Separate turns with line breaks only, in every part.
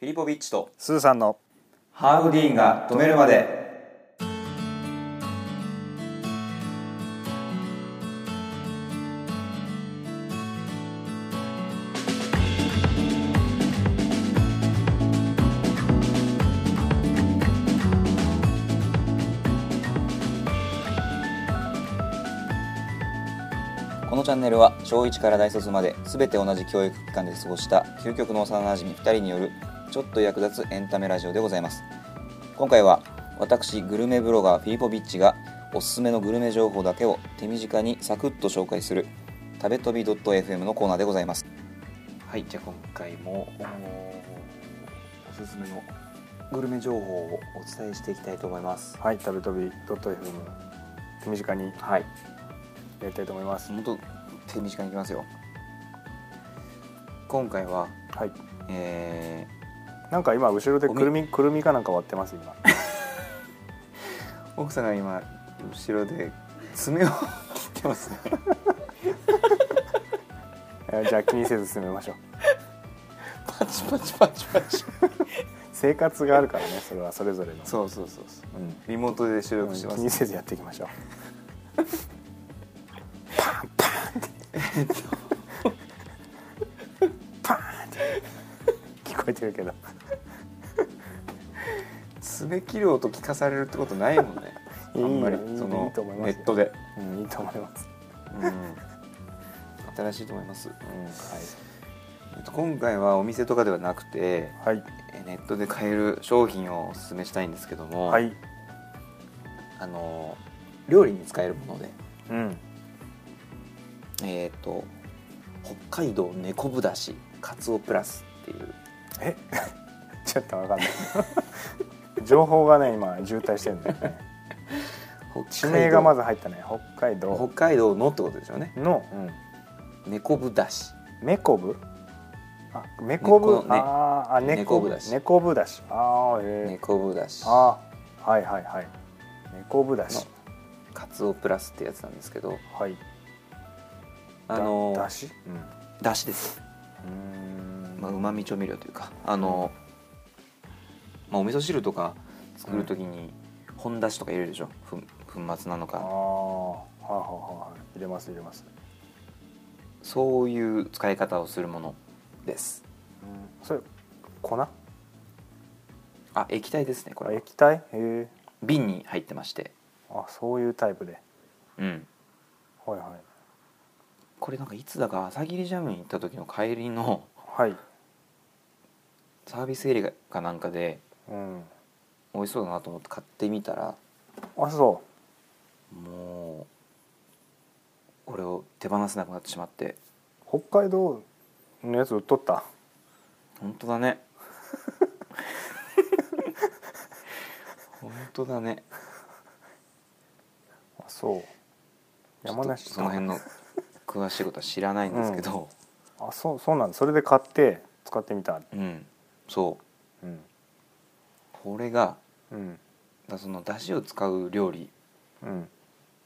フィリポビッチと
スーさんの
ハーブディーンが止めるまでこのチャンネルは小1から大卒まで全て同じ教育機関で過ごした究極の幼馴染2人によるちょっと役立つエンタメラジオでございます今回は私グルメブロガーフィリポビッチがおすすめのグルメ情報だけを手短にサクッと紹介する食べ飛び .fm のコーナーでございますはいじゃあ今回もおおすすめのグルメ情報をお伝えしていきたいと思います
はい食べ飛び .fm 手短に
はい
やりたいと思います
本当手短にいきますよ今回は
はい
え
なんか今後ろで
おみ
くるみくるみかなんか割ってます今
ー、奥さんが今後ろで爪を切ってますね
えーじゃあ気にせず進めましょう
パチパチパチパチ
生活があるからねそれはそれぞれの
そうそうそうそう、うん、リモートで収録してま
気
す、
にせずやっていきましょうパンパンってパンって聞こえてるけど
爪切る音聞かされるってことないもんねあ
いいよ
んまり
いい
その
いいと思います
ネ
よ
ットで、
うんいいと思います
うん、新しいと思います、うん
は
えっと、今回はお店とかではなくて
いはい
えネットで買える商品をおすすめしたいんですけども、
はい
あの料理に使えるもので
うん
えっ、と北海道猫ぶだしかつおプラスっていう
えちょっとわかんない情報がね今渋滞してるんだよね地
北
名
海
がま
道
ず入ったね北海
北
道
海道のってことですよね
の
猫ぶだし
メコブあメコ
猫の
ブ
ね
あーあネ
猫
コブ
ぶだし
ネコブだしあーへえ
猫ぶだし
あーはいはいはいネコブだし
カツオプラスってやつなんですけど
はい
あの
だだし
だしです
うん
まあ、旨味調味料というかあの、まあ、お味噌汁とか作る時に本だしとか入れるでしょふん粉末なの
あーは
か
あはあはあ入れます入れます
そういう使い方をするものです
うんそれ粉あ
あ液体ですねこれは
液体へえ
瓶に入ってまして
あそういうタイプで
うん
はいはい
これなんかいつだか朝霧ジャムに行った時の帰りの
はい
サービスエリアかなんかで
うん
美味しそうだなと思って買ってみたら
あそ
もうこれを手放せなくなってしまって
う北海道のやつ売っとった
本当だね本当だね
あそう山
ちょ
梨
っとその辺の詳しいことは知らないんですけど、
あそうそうなんだそれで買って使ってみた
うんそう
うん
これが
うん
だからその出汁を使う料理
うん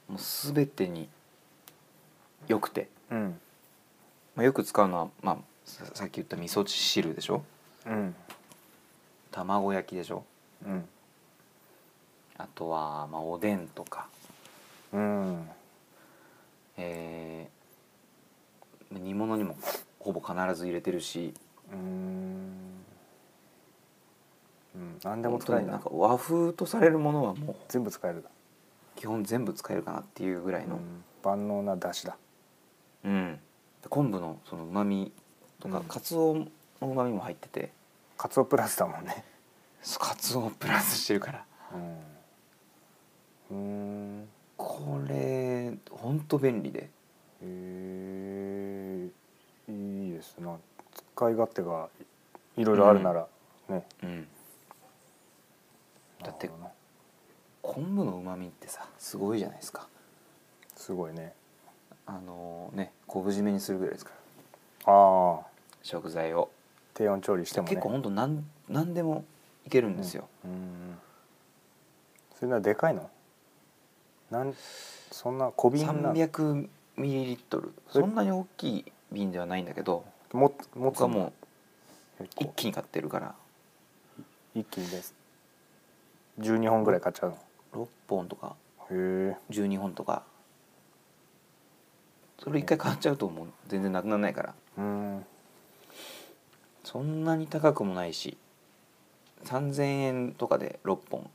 もう全てによくて、
うん
まあ、よく使うのは、まあ、ささっき言った味噌汁でしょ
うん
卵焼きでしょ
うん
あとは、まあ、おでんとか、
うん
えー煮物にもほぼ必ず入れてるし
うんうん何でも
本
使
当
え
に
る
なん
な
か和風とされるものはもう
全部使えるだ、
基本全部使えるかなっていうぐらいうの、
ん、万能な出汁だ
うん昆布のその旨味とか、
うん
カツオの旨味も入ってて
カツオプラスだもんね
そうカツオをプラスしてるから
うんうん
これほんと便利で
へえいいですな使い勝手がいいろいろあるなら、ね
うんだって
なるほどな
昆布の旨味ってさすごいじゃないですか
すごいね
あのね昆布締めにするぐらいですから
ああ
食材を、
低温調理しても、ね、
結構ほんとなん何でもいけるんですよ、
うんうんそれならでかいのなんそんな小瓶な
300ミリリットル
それ
そんなに大きい瓶ではないんだけど
も持つ
僕はもう
う
一気に買ってるから
一気にです12本ぐらい買っちゃうの
6本とか
へえ
12本とかそれ一回買っちゃうともう全然なくならないから
うん
そんなに高くもないし3,000円とかで6本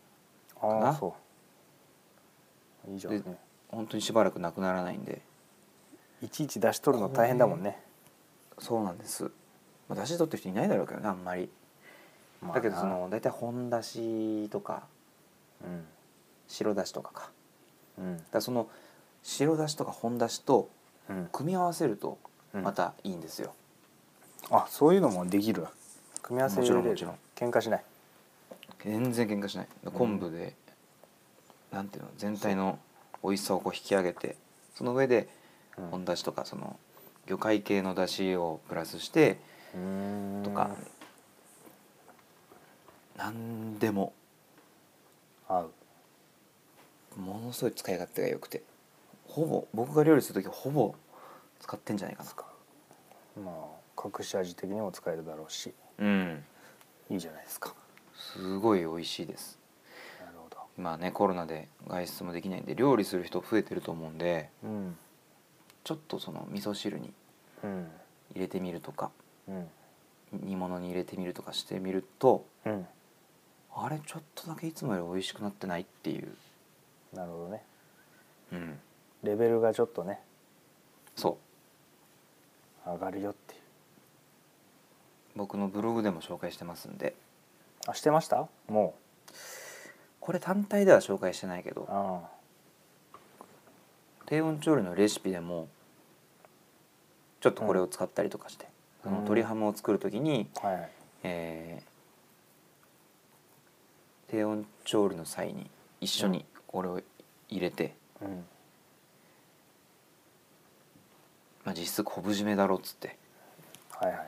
あ
な
あそういいじゃん
で
ね
本当にしばらくなくならないんで
いちいち出し取るの大変だもんね、
そうなんです、まあ、出し取ってる人いないだろうけどねあんまり
まあな
だけどその大体本出しとか
うん
白出しとかかだか
うん
らその白出しとか本出しと
うん
組み合わせると
うん
またいいんですよ、
あそういうのもできる組み合わせ入れれる
もちろんも
喧嘩しない
全然喧嘩しない昆布で、なんていうの全体の美味しさをこう引き上げてその上で
うん
本出しとかその魚介系の出汁をプラスして
うーん
とか、なんでも
合う
ものすごい使い勝手が良くてほぼ僕が料理する時ほぼ使ってんじゃないかな
使うまあ隠し味的にも使えるだろうし
うん
いいじゃないですか
すごい美味しいです
なるほど
今ねコロナで外出もできないんで料理する人増えてると思うんで
うん
ちょっとその味噌汁に
うん
入れてみるとか
うん
煮物に入れてみるとかしてみると
うん
あれちょっとだけいつもより美味しくなってないっていう、
なるほどね
うん、
レベルがちょっとね
そう
上がるよっていう
僕のブログでも紹介してますんで
あしてましたも
これ単体では紹介してないけど
うあ
低温調理のレシピでもちょっとこれを使ったりとかして、
うん
その鶏ハムを作る時に、
あはい
えー低温調理の際に一緒にこれを入れて、
うん
まあ、実質昆布締めだろっつって
はいはい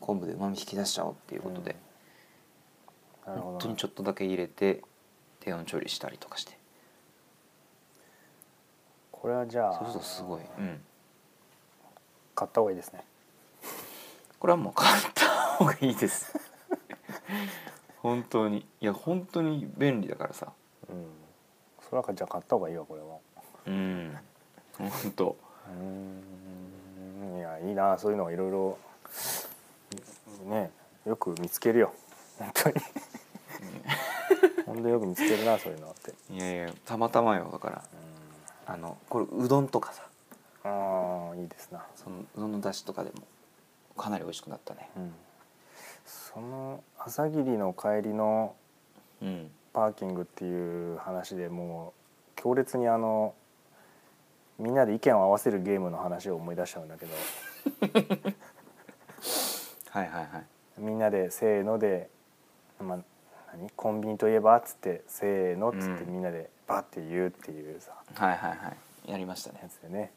昆布でうまみ引き出しちゃおうっていうことで、
なるほど
本
ね
当にちょっとだけ入れて低温調理したりとかして
これはじゃ
そ
あ
うするとすごい、うん、
買った方がいいですね
これはもう買った方がいいです 本当にいや本当に便利だからさ
うんそれはじゃあ買った方がいいわこれは
うん本当
うーんいやいいなそういうのがいろいろねよく見つけるよ本当に本当よく見つけるなそういうのって
いやいやたまたまよだからあのこれうどんとかさ
ああいいですな
そのうどんの出汁とかでもかなり美味しくなったね
うんその朝霧の帰りの
うん
パーキングっていう話でもう強烈にあのみんなで意見を合わせるゲームの話を思い出しちゃうんだけど
はいはいはい
みんなで「せーので」まあ、何コンビニといえばっつって「せーの」っつって
うん
みんなでバッて言うっていうさ、
はいはいはいやりました
や
ね
つでね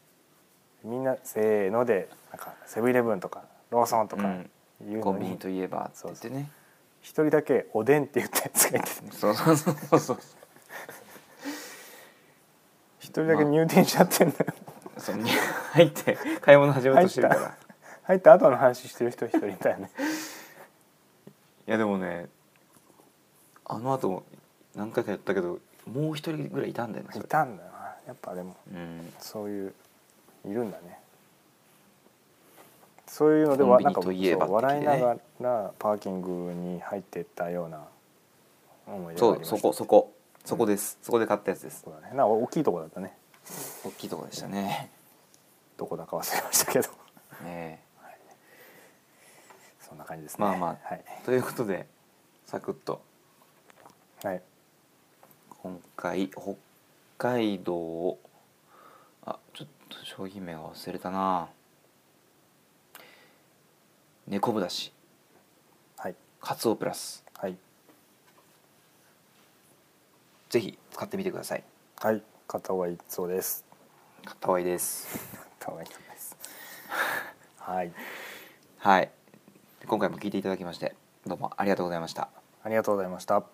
みんな「せーので」なんかセブンイレブンとかローソンとか
うん
言う
コ
の
ンビ
に
ニ
一、
といえばって言ってね
人だけ「おでん」って言ったやつ がいてね
そうそうそうそうそう
一人だけ入店しちゃってんだよ、
そうに 入って買い物始めようとしてるから
入入った後の話してる人一人いたよね
いやでもねあの後も何回かやったけどもう一人ぐらいいたんだよね
い
それ
たんだよなやっぱでも
うん
そういういるんだねそういうので
コン
わ
ビ
な
ニ
んか
といえば
そう
って聞
笑
い
い
てね
ながらパーキングに入ってったような思い出が
そ
あり
う
ました
そこそこそこです、そこで買ったやつです
そうだねなんか大きいとこだったね
大きいとこでしたね
どこだか忘れましたけど
ね
そんな感じですね
まあま
はい
え、ということでサクッと
はい、
今回北海道をあちょっと商品名が忘れたな猫ぶだし
はい
カツオプラス
はい
ぜひ使ってみてください
はい買った方がいいそうです
買った方がいいです
買った方がいいそうですはい
はい今回も聞いていただきましてどうもありがとうございました
ありがとうございました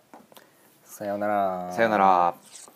さようなら
さようなら